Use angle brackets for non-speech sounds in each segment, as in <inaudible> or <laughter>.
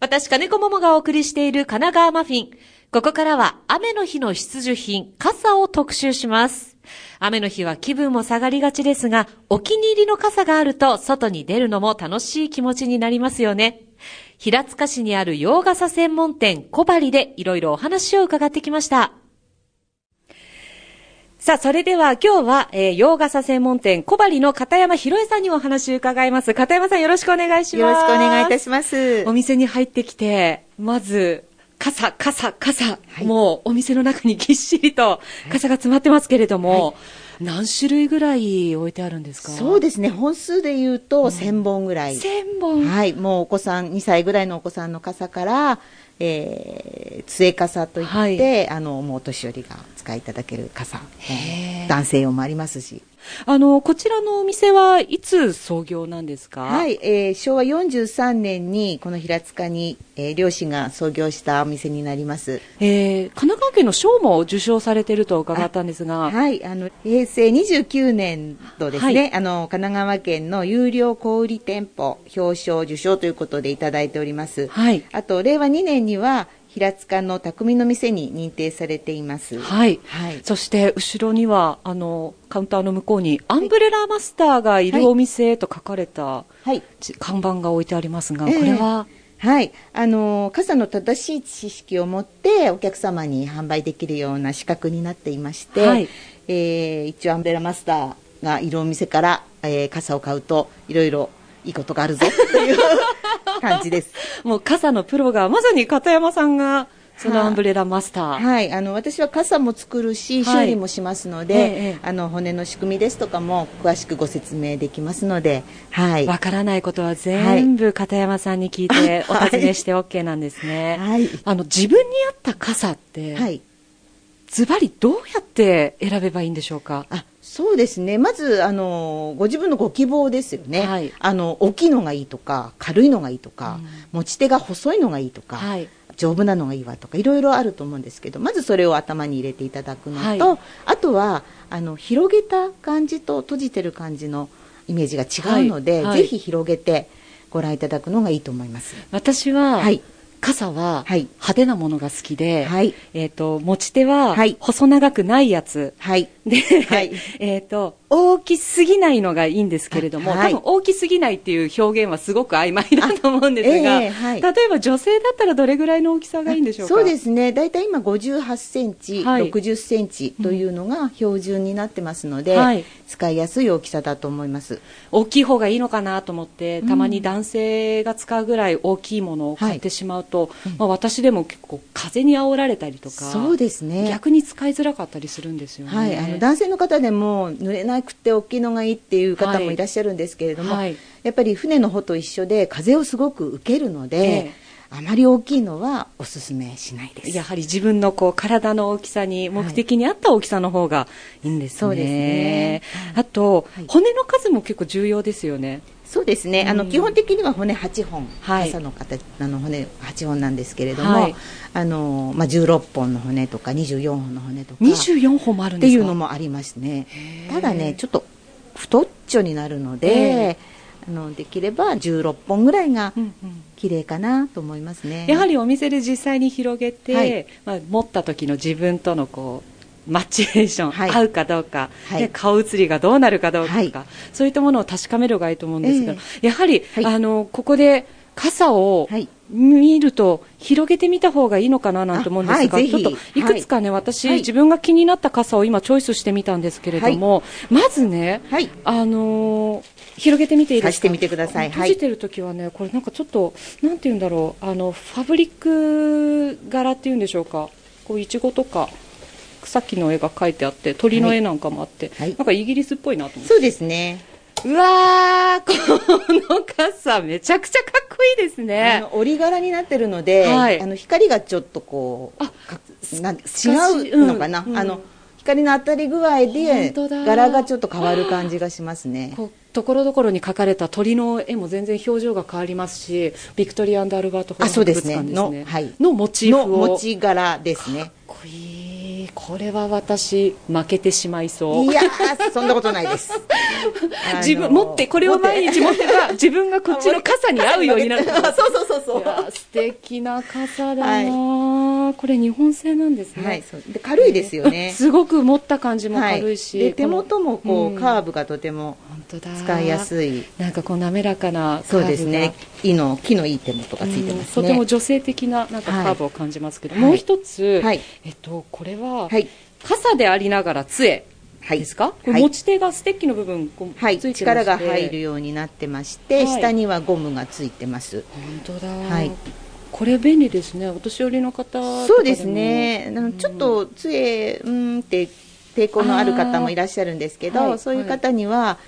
私、金子桃がお送りしている神奈川マフィン。ここからは雨の日の必需品、傘を特集します。雨の日は気分も下がりがちですが、お気に入りの傘があると外に出るのも楽しい気持ちになりますよね。平塚市にある洋傘専門店小針でいろいろお話を伺ってきました。さあ、それでは今日は、えー洋傘専門店小針の片山博恵さんにお話を伺います。片山さんよろしくお願いしよます。ろしくお願いいたしますお。店に入ってきて、まず、傘、傘、傘、はいもうお店の中にぎっしりと傘が詰まってますけれども、何種類ぐらい置いてあるんですかそうでですね、本数で言うと1000本ぐらい。 1000本。はい、もうお子さん、2歳ぐらいのお子さんの傘から、えー、杖傘といって、はいあの、もうお年寄りがお使いいただける傘。へー男性用もありますし。あの、こちらのお店はいつ創業なんですか。はいい、えー昭和43年にこの平塚に、えー両親が創業したお店になります。えー、神奈川県の賞も受賞されてると伺ったんですが、はい、あの、平成29年度ですね、はいあの、神奈川県の有料小売店舗表彰受賞ということでいただいております。はい。あと、令和2年には、平塚の匠の店に認定されています。はい。はい。そして、後ろには、あの、カウンターの向こうに、アンブレラマスターがいるお店と書かれた、はい。ち看板が置いてありますが、ええこれは、はい。あの、傘の正しい知識を持って、お客様に販売できるような資格になっていまして、はいえー一応アンベラマスターがいるお店から、えー傘を買うと、いろいろいいことがあるぞ、という感 <laughs> じです。もう傘のプロが、まさに片山さんが、そのアンブレラマスター。はい、あの私は傘も作るし、はい修理もしますので、ええあの骨の仕組みですとかも詳しくご説明できますので、はい、わからないことは全部片山さんに聞いておはい尋ねして OK なんですね。はいあの、自分に合った傘って、はい、ズバリどうやって選べばいいんでしょうかあそうですね。まずあのご自分のご希望ですよね。はいあの大きいのがいいとか、軽いのがいいとか、持ち手が細いのがいいとか。はい丈夫なのがいいわとかいろいろあると思うんですけどまずそれを頭に入れていただくのと、はいあとはあの広げた感じと閉じてる感じのイメージが違うので、はいはいぜひ広げてご覧いただくのがいいと思います。私は、はい傘ははい派手なものが好きで、はいえっ、と、持ち手ははい細長くないやつ。はい、で、はい <laughs> えっと、大きすぎないのがいいんですけれども、あはい多分大きすぎないっていう表現はすごく曖昧だと思うんですが、ええはい例えば女性だったらどれぐらいの大きさがいいんでしょうか。そうですすね大体今58センチ、はい60センチというのが標準になってますので、はい使いやすい大きさだと思います。大きい方がいいのかなと思って、たまに男性が使うぐらい大きいものを買ってしまうと、まあ、私でも結構風に煽られたりとか、そうですね逆に使いづらかったりするんですよね。はい、あの男性の方でも濡れなくて大きいのがいいっていう方もいらっしゃるんですけれども、はいはいやっぱり船の帆と一緒で風をすごく受けるのえでえ、あまり大きいのはおすすめしないです。やはり自分のこう体の大きさに目的に合った大きさの方がいいんですね。そうですねあと、はい骨の数も結構重要ですよね。そうですね、あうのん基本的には骨8本、はい傘の形あの骨8本なんですけれども、はいあのまあ、16本の骨とか24本の骨とかっ24本もあるんてですいかうのもありますねへえただねちょっと太っちょになるので、あのできれば16本ぐらいがうんうん綺麗かなと思いますね、やはりお店で実際に広げて、はいまあ、持った時の自分とのこうマッチレーション、はい合うかどうか、はいで顔写りがどうなるかどうか、はいそういったものを確かめるがいいと思うんですけど、えやはり、はいあのここで傘をはい見ると広げてみた方がいいのかななんて思うんですが、あはいちょっとぜひいくつかね、私、はい自分が気になった傘を今チョイスしてみたんですけれども、まずね、はいあのー広げてみていいですか刺してみてください閉はいじてる時はね、これなんかちょっと、なんて言うんだろう、あの、ファブリック柄っていうんでしょうか。こう、いちごとか、草木の絵が描いてあって、鳥の絵なんかもあって、はいなんかイギリスっぽいなと思って。そうですね、うわー、この傘めちゃくちゃかっこいいですあね。の折り柄になってるので、はいあの光がちょっとこうあかなんしい違うのかな、うんあの光の当たり具合で本当だ柄がちょっと変わる感じがしますねこうところどころに描かれた鳥の絵も全然表情が変わりますし、ビクトリア・アンド・アルバート・ホーあルそ博物うです館ですねね。のはいのモチーのフを。持ち柄ですねかっこいいえーこれは私負けてしまいそういやーそんなことないです。あの <laughs> 自分持ってこれを毎日持ってば <laughs> 自分がこっちの傘に合うようになるそうそうそうそいやう。素敵な傘だな、これ日本製なんですね、はい、そうで軽いですよね。すごく持った感じも軽いし、はい、で手元もこう、うんカーブがとても本当だ使いやすいなんかこう滑らかなカーブそうがですね木の木のいい手元がついてますうんとね、ても女性的ななんかはいカーブを感じますけど、はいもう一つ、はいえっと、これは、はい傘でありながら杖はいですか、これはい持ち手がステッキの部分こうはいついてまして力が入るようになってまして、はい下にはゴムがついてます本当だ、はいこれ便利ですねお年寄りの方とかでもそうですねあのちょっと杖うんって抵抗のある方もいらっしゃるんですけど、あーはいそういう方には、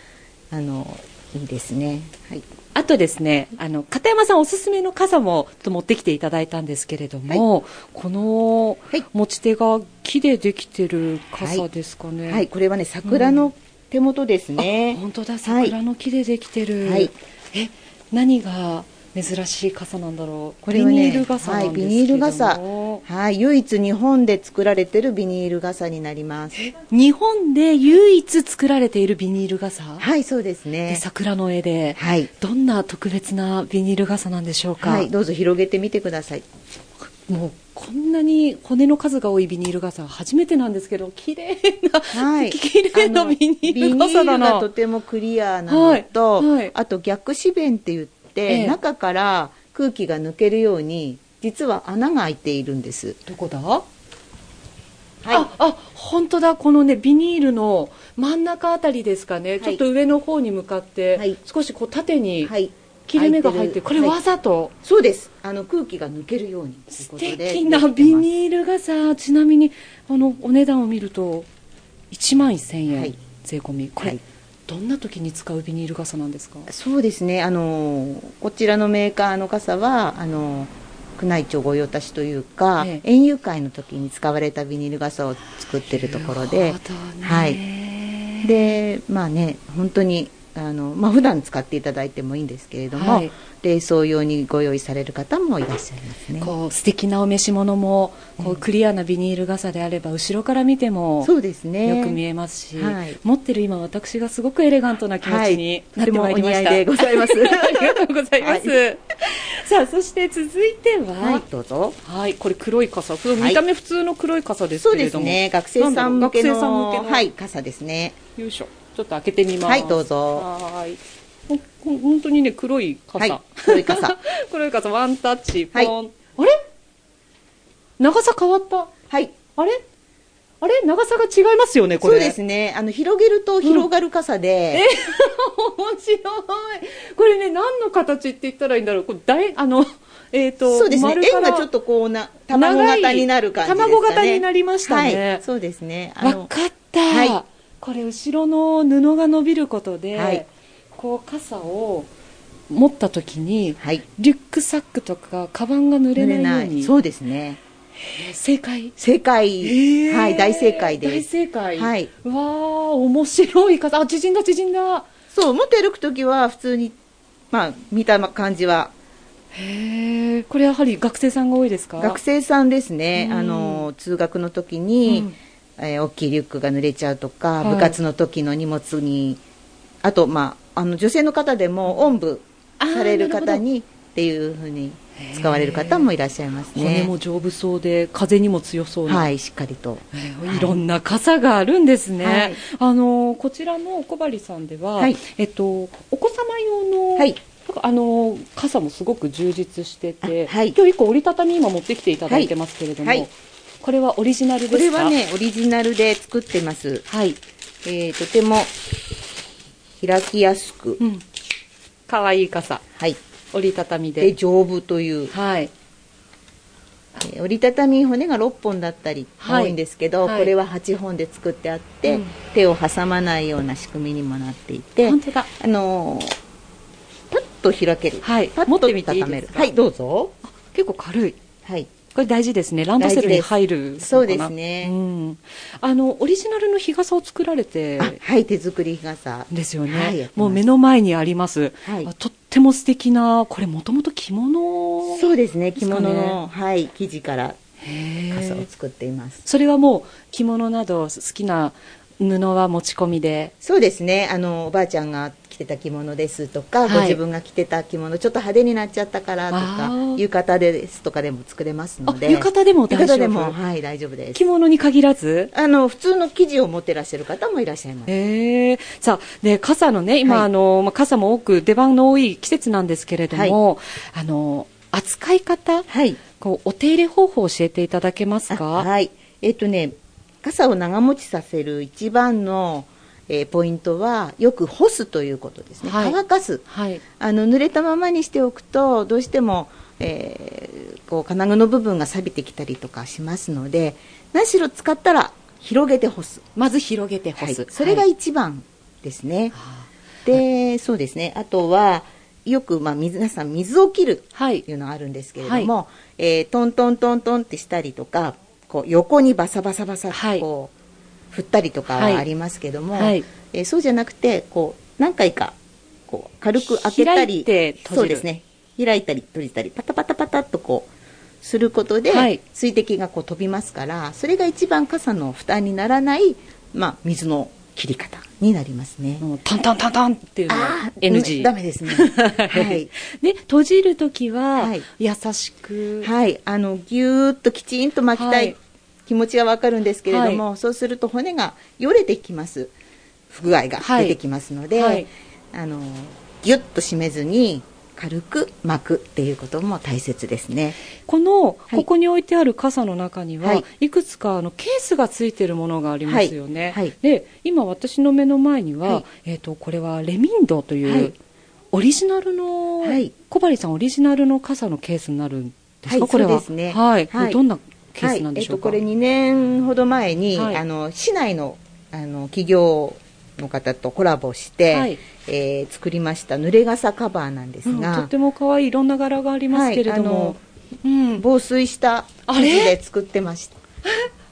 あのいいですねはいあとですね、あの、片山さんおすすめの傘もちょっと持ってきていただいたんですけれども、このはい持ち手が木でできてる傘ですかね。はい、これはね桜の手元ですね、本当だ、はい桜の木でできてる。はいえ、何が珍しい傘なんだろう。これはねビニール傘なんですけども、はい、ビニール傘はい唯一日本で作られてるビニール傘になります日本で唯一作られているビニール傘。はいそうですでね桜の絵で、はいどんな特別なビニール傘なんでしょうか。はいどうぞ広げてみてくださいもうこんなに骨の数が多いビニール傘は初めてなんですけど綺麗な、はい綺麗なあのビニールビニー傘だルながとてもクリアなのと、はいはいあと逆四弁って言って、ええ中から空気が抜けるように実は穴が開いているんですどこだ、はい、はいああ本当だこのねビニールの真ん中あたりですかね、いちょっと上の方に向かって、はい少しこう縦にはい切れ目が入って,、開いてるこれはいわざと、そうですあの空気が抜けるようにという素ことで敵なビニール傘ちなみにあのお値段を見ると1万1000円、はい税込みこれ、はいどんな時に使うビニール傘なんですかそうですねあのこちらのメーカーの傘はあの宮内庁御用達というか、え園遊会の時に使われたビニール傘を作ってるところでなるほどねはいでまあね本当にあのまあ普段使っていただいてもいいんですけれども、はい冷蔵用にご用意される方もいらっしゃいますねこう素敵なお召し物もこうクリアなビニール傘であれば後ろから見てもそうですねよく見えますし、はい持ってる今私がすごくエレガントな気持ちになってまいりました、はいとてもお似合いでございますありがとうございます、さあそして続いてはははいい、どうぞこれ黒い傘ふはい見た目普通の黒い傘ですそうけでれすども、ね学生さん向けなんだろうの学生さん向けのはい傘ですねよいしょちょっと開けてみますはいどうぞはーいほほ本当にね黒いは傘、い黒 <laughs> い傘黒い傘ワンタッチポはいン、あれ長さ変わったはいあれあれ長さが違いますよねこそれうですねあの広げると広がる傘で、面白いこれね何の形って言ったらいいんだろうこれだいあのえっ、とそうですね丸か円らがちょっとこうな卵型になる感じですかね長い卵型になりましたねはい、そうですねあわのかった、はいこれ後ろの布が伸びることで、はいこう傘を持った時にはいリュックサックとかカバンが濡れないようにそうですねえー正解正解、えーはい大正解で大す正解。はいうわあ、面白い傘。あ、縮んだ、縮んだ。そう持って歩く時は普通にまあ見た感じはへえ、これやはり学生さんが多いですか学生さんですね、うんあの通学の時に、えー大きいリュックが濡れちゃうとか、はい部活の時の荷物にあとまああの女性の方でもおんぶあーされるな方るほどにっていうふうに使われる方もいらっしゃいます骨ねも丈夫そうで、風にも強そうな。はいしっかりとえーいろんな傘があるんですね、はいあのーこちらの小針さんでは、はいえっと、お子様用の、はいなんかあのー傘もすごく充実してて、あはい今日一個折りたたみ今持ってきていただいてますけれども、はいはいこれはオリジナルですこかれはねオリジナルで作ってます、はい、えーとても開きやすく、うん、かわいい傘はい折りたたみでで丈夫というはいえー折りたたみ骨が6本だったりはい多いんですけど、はいこれは8本で作ってあって、うん手を挟まないような仕組みにもなっていて本当だあのーパッと開ける、はいパッ持っとてみていい畳めでるすかはいどうぞ結構軽いはいこれ大事ですねランドセルに入るのかなそうですねうん、あのオリジナルの日傘を作られてあはい手作り日傘ですよね、はいやってますもう目の前にあります、はいあとっても素敵なこれもともと着物そうですね着物ですかの、はい生地からへー傘を作っています。それはもう着物など好きな布は持ち込みでそうですねあのおばあちゃんが着てた着物ですとか、はいご自分が着てた着物ちょっと派手になっちゃったからとあかー浴衣ですとかでも作れますのであ浴衣でも大丈夫浴衣でもはい大丈夫です着物に限らずあの普通の生地を持ってらっしゃる方もいらっしゃいますええさあ、で、傘のね、今、はいあの、まあ、傘も多く出番の多い季節なんですけれども、あの、扱い方、はいこう、お手入れ方法を教えていただけますあかはいえっ、とね傘を長持ちさせる一番の、えーポイントはよく干すということですね、はい乾かすはい。あの濡れたままにしておくとどうしても、えーこう金具の部分が錆びてきたりとかしますので何しろ使ったら広げて干すまず広げて干す。はいそれがはい一番ですね、あでそうですねあとはよく、まあ、水皆さん水を切るはいっていうのがあるんですけれども、えートントントントンってしたりとかこう横にバサバサバサはいこう振ったりとかはいはありますけども、はいえーそうじゃなくてこう何回かこう軽く開けた開りいて閉じるそうですね開いたり閉じたりパタパタパタっとこうすることで、はい水滴がこう飛びますからそれが一番傘の負担にならない、まあ、水の切り方になりますね。もうタンタンタンタンっていうのはあー NG。ダメです <laughs> ね。はい。ね、閉じるときははい、優しく、はい。あの、ぎゅーっときちんと巻きたはいい気持ちはわかるんですけれども、そうすると骨がよれてきます。不具合がはい出てきますので、はいあの、ぎゅっと締めずに、軽く巻くっていうことも大切ですね。この、いここに置いてある傘の中には、はいい、くつかあのケースがついているものがありますよね。はいはいで、今私の目の前には、はいえっ、と、これはレミンドという、はいオリジナルの、はい小針さんオリジナルの傘のケースになるんですか、はいこれは。そうですねはい。これはいどんなケースなんでしょうか、はいえっと、これ2年ほど前に、はいあの市内のあの企業の方とコラボして、はいえー作りました濡れ傘カバーなんですうんが、とっても可愛いいろんな柄がありますけれども、はういん、防水した生地で作ってました。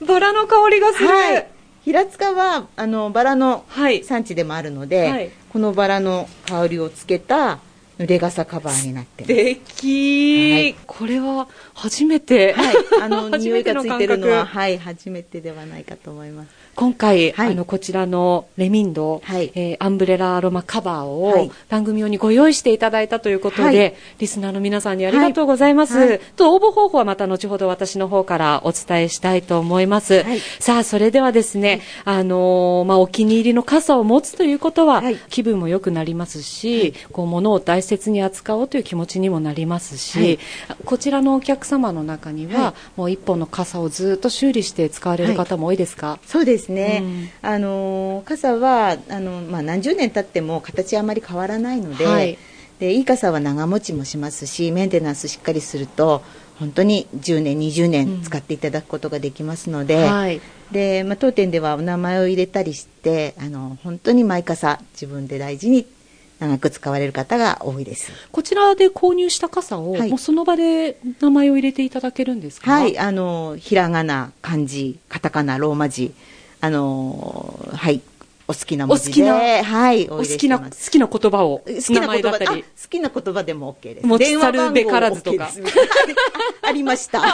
バラの香りがする。はい、平塚はあのバラのはい産地でもあるので、はいこのバラの香りをつけた濡れ傘カバーになってます素敵、はいこれは初めて、はい、あ <laughs> の初匂いめてのがつい感てるのは覚はい初めてではないかと思います。今回、はいあのこちらのレミンド、はいえーアンブレラアロマカバーはをい番組用にご用意していただいたということで、はいリスナーの皆さんにありがとうございます、はいはいと応募方法はまた後ほど私の方からお伝えしたいと思います、はいさあそれではですね、あのーまあ、お気に入りの傘を持つということは、はい気分も良くなりますし、こう物を大切に扱おうという気持ちにもなりますし、こちらのお客様の中には、はいもう一本の傘をずっと修理して使われる方も多いですか、そうですね、あの傘はあの、まあ、何十年経っても形はあまり変わらないので,、はいい、でいい傘は長持ちもしますしメンテナンスしっかりすると本当に10年20年使っていただくことができますので,、はいでまあ、当店ではお名前を入れたりしてあの本当に毎傘自分で大事に長く使われる方が多いです。こちらで購入した傘を、はいもうその場で名前を入れていただけるんですかはい、あの、ひらがな、漢字、カタカナ、ローマ字、あの、はい、お好きな文お字で、好きなはい、おお入好れしてきな、ま好すきな言葉を、好きな名前言だ葉っで、たあ好り。きな言葉でも OK です。持ち電話番号去るべからずとか OK ですああり <laughs> ました。なん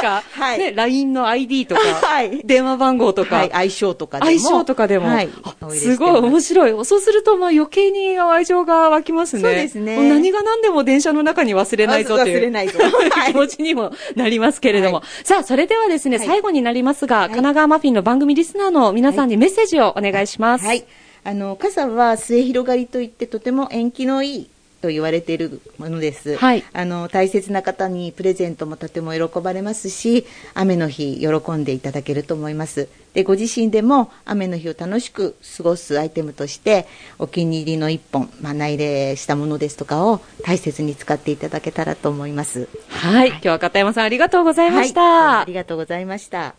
か、はいね、LINE の ID とか、はい電話番号とか、はい、相性とかでも。相性とかでも、はいあ、お入れしてますごい面白い。そうすると、まあ余計に愛情が湧きますね。そうですねもう何が何でも電車の中に忘れないぞという。忘れな <laughs> いぞはい気持ちにもなりますけれども。はさあ、それではですね、はい最後になりますが、神奈川マフィンの番組リスナーの皆さんにメッセージをお願いします。はい。あの、傘は末広がりといってとても縁起のいいと言われているものです。はいあの、大切な方にプレゼントもとても喜ばれますし、雨の日喜んでいただけると思います。で、ご自身でも雨の日を楽しく過ごすアイテムとして、お気に入りの一本、まあ、内礼したものですとかを大切に使っていただけたらと思います。はい。今日は片山さんありがとうございました。はいありがとうございました。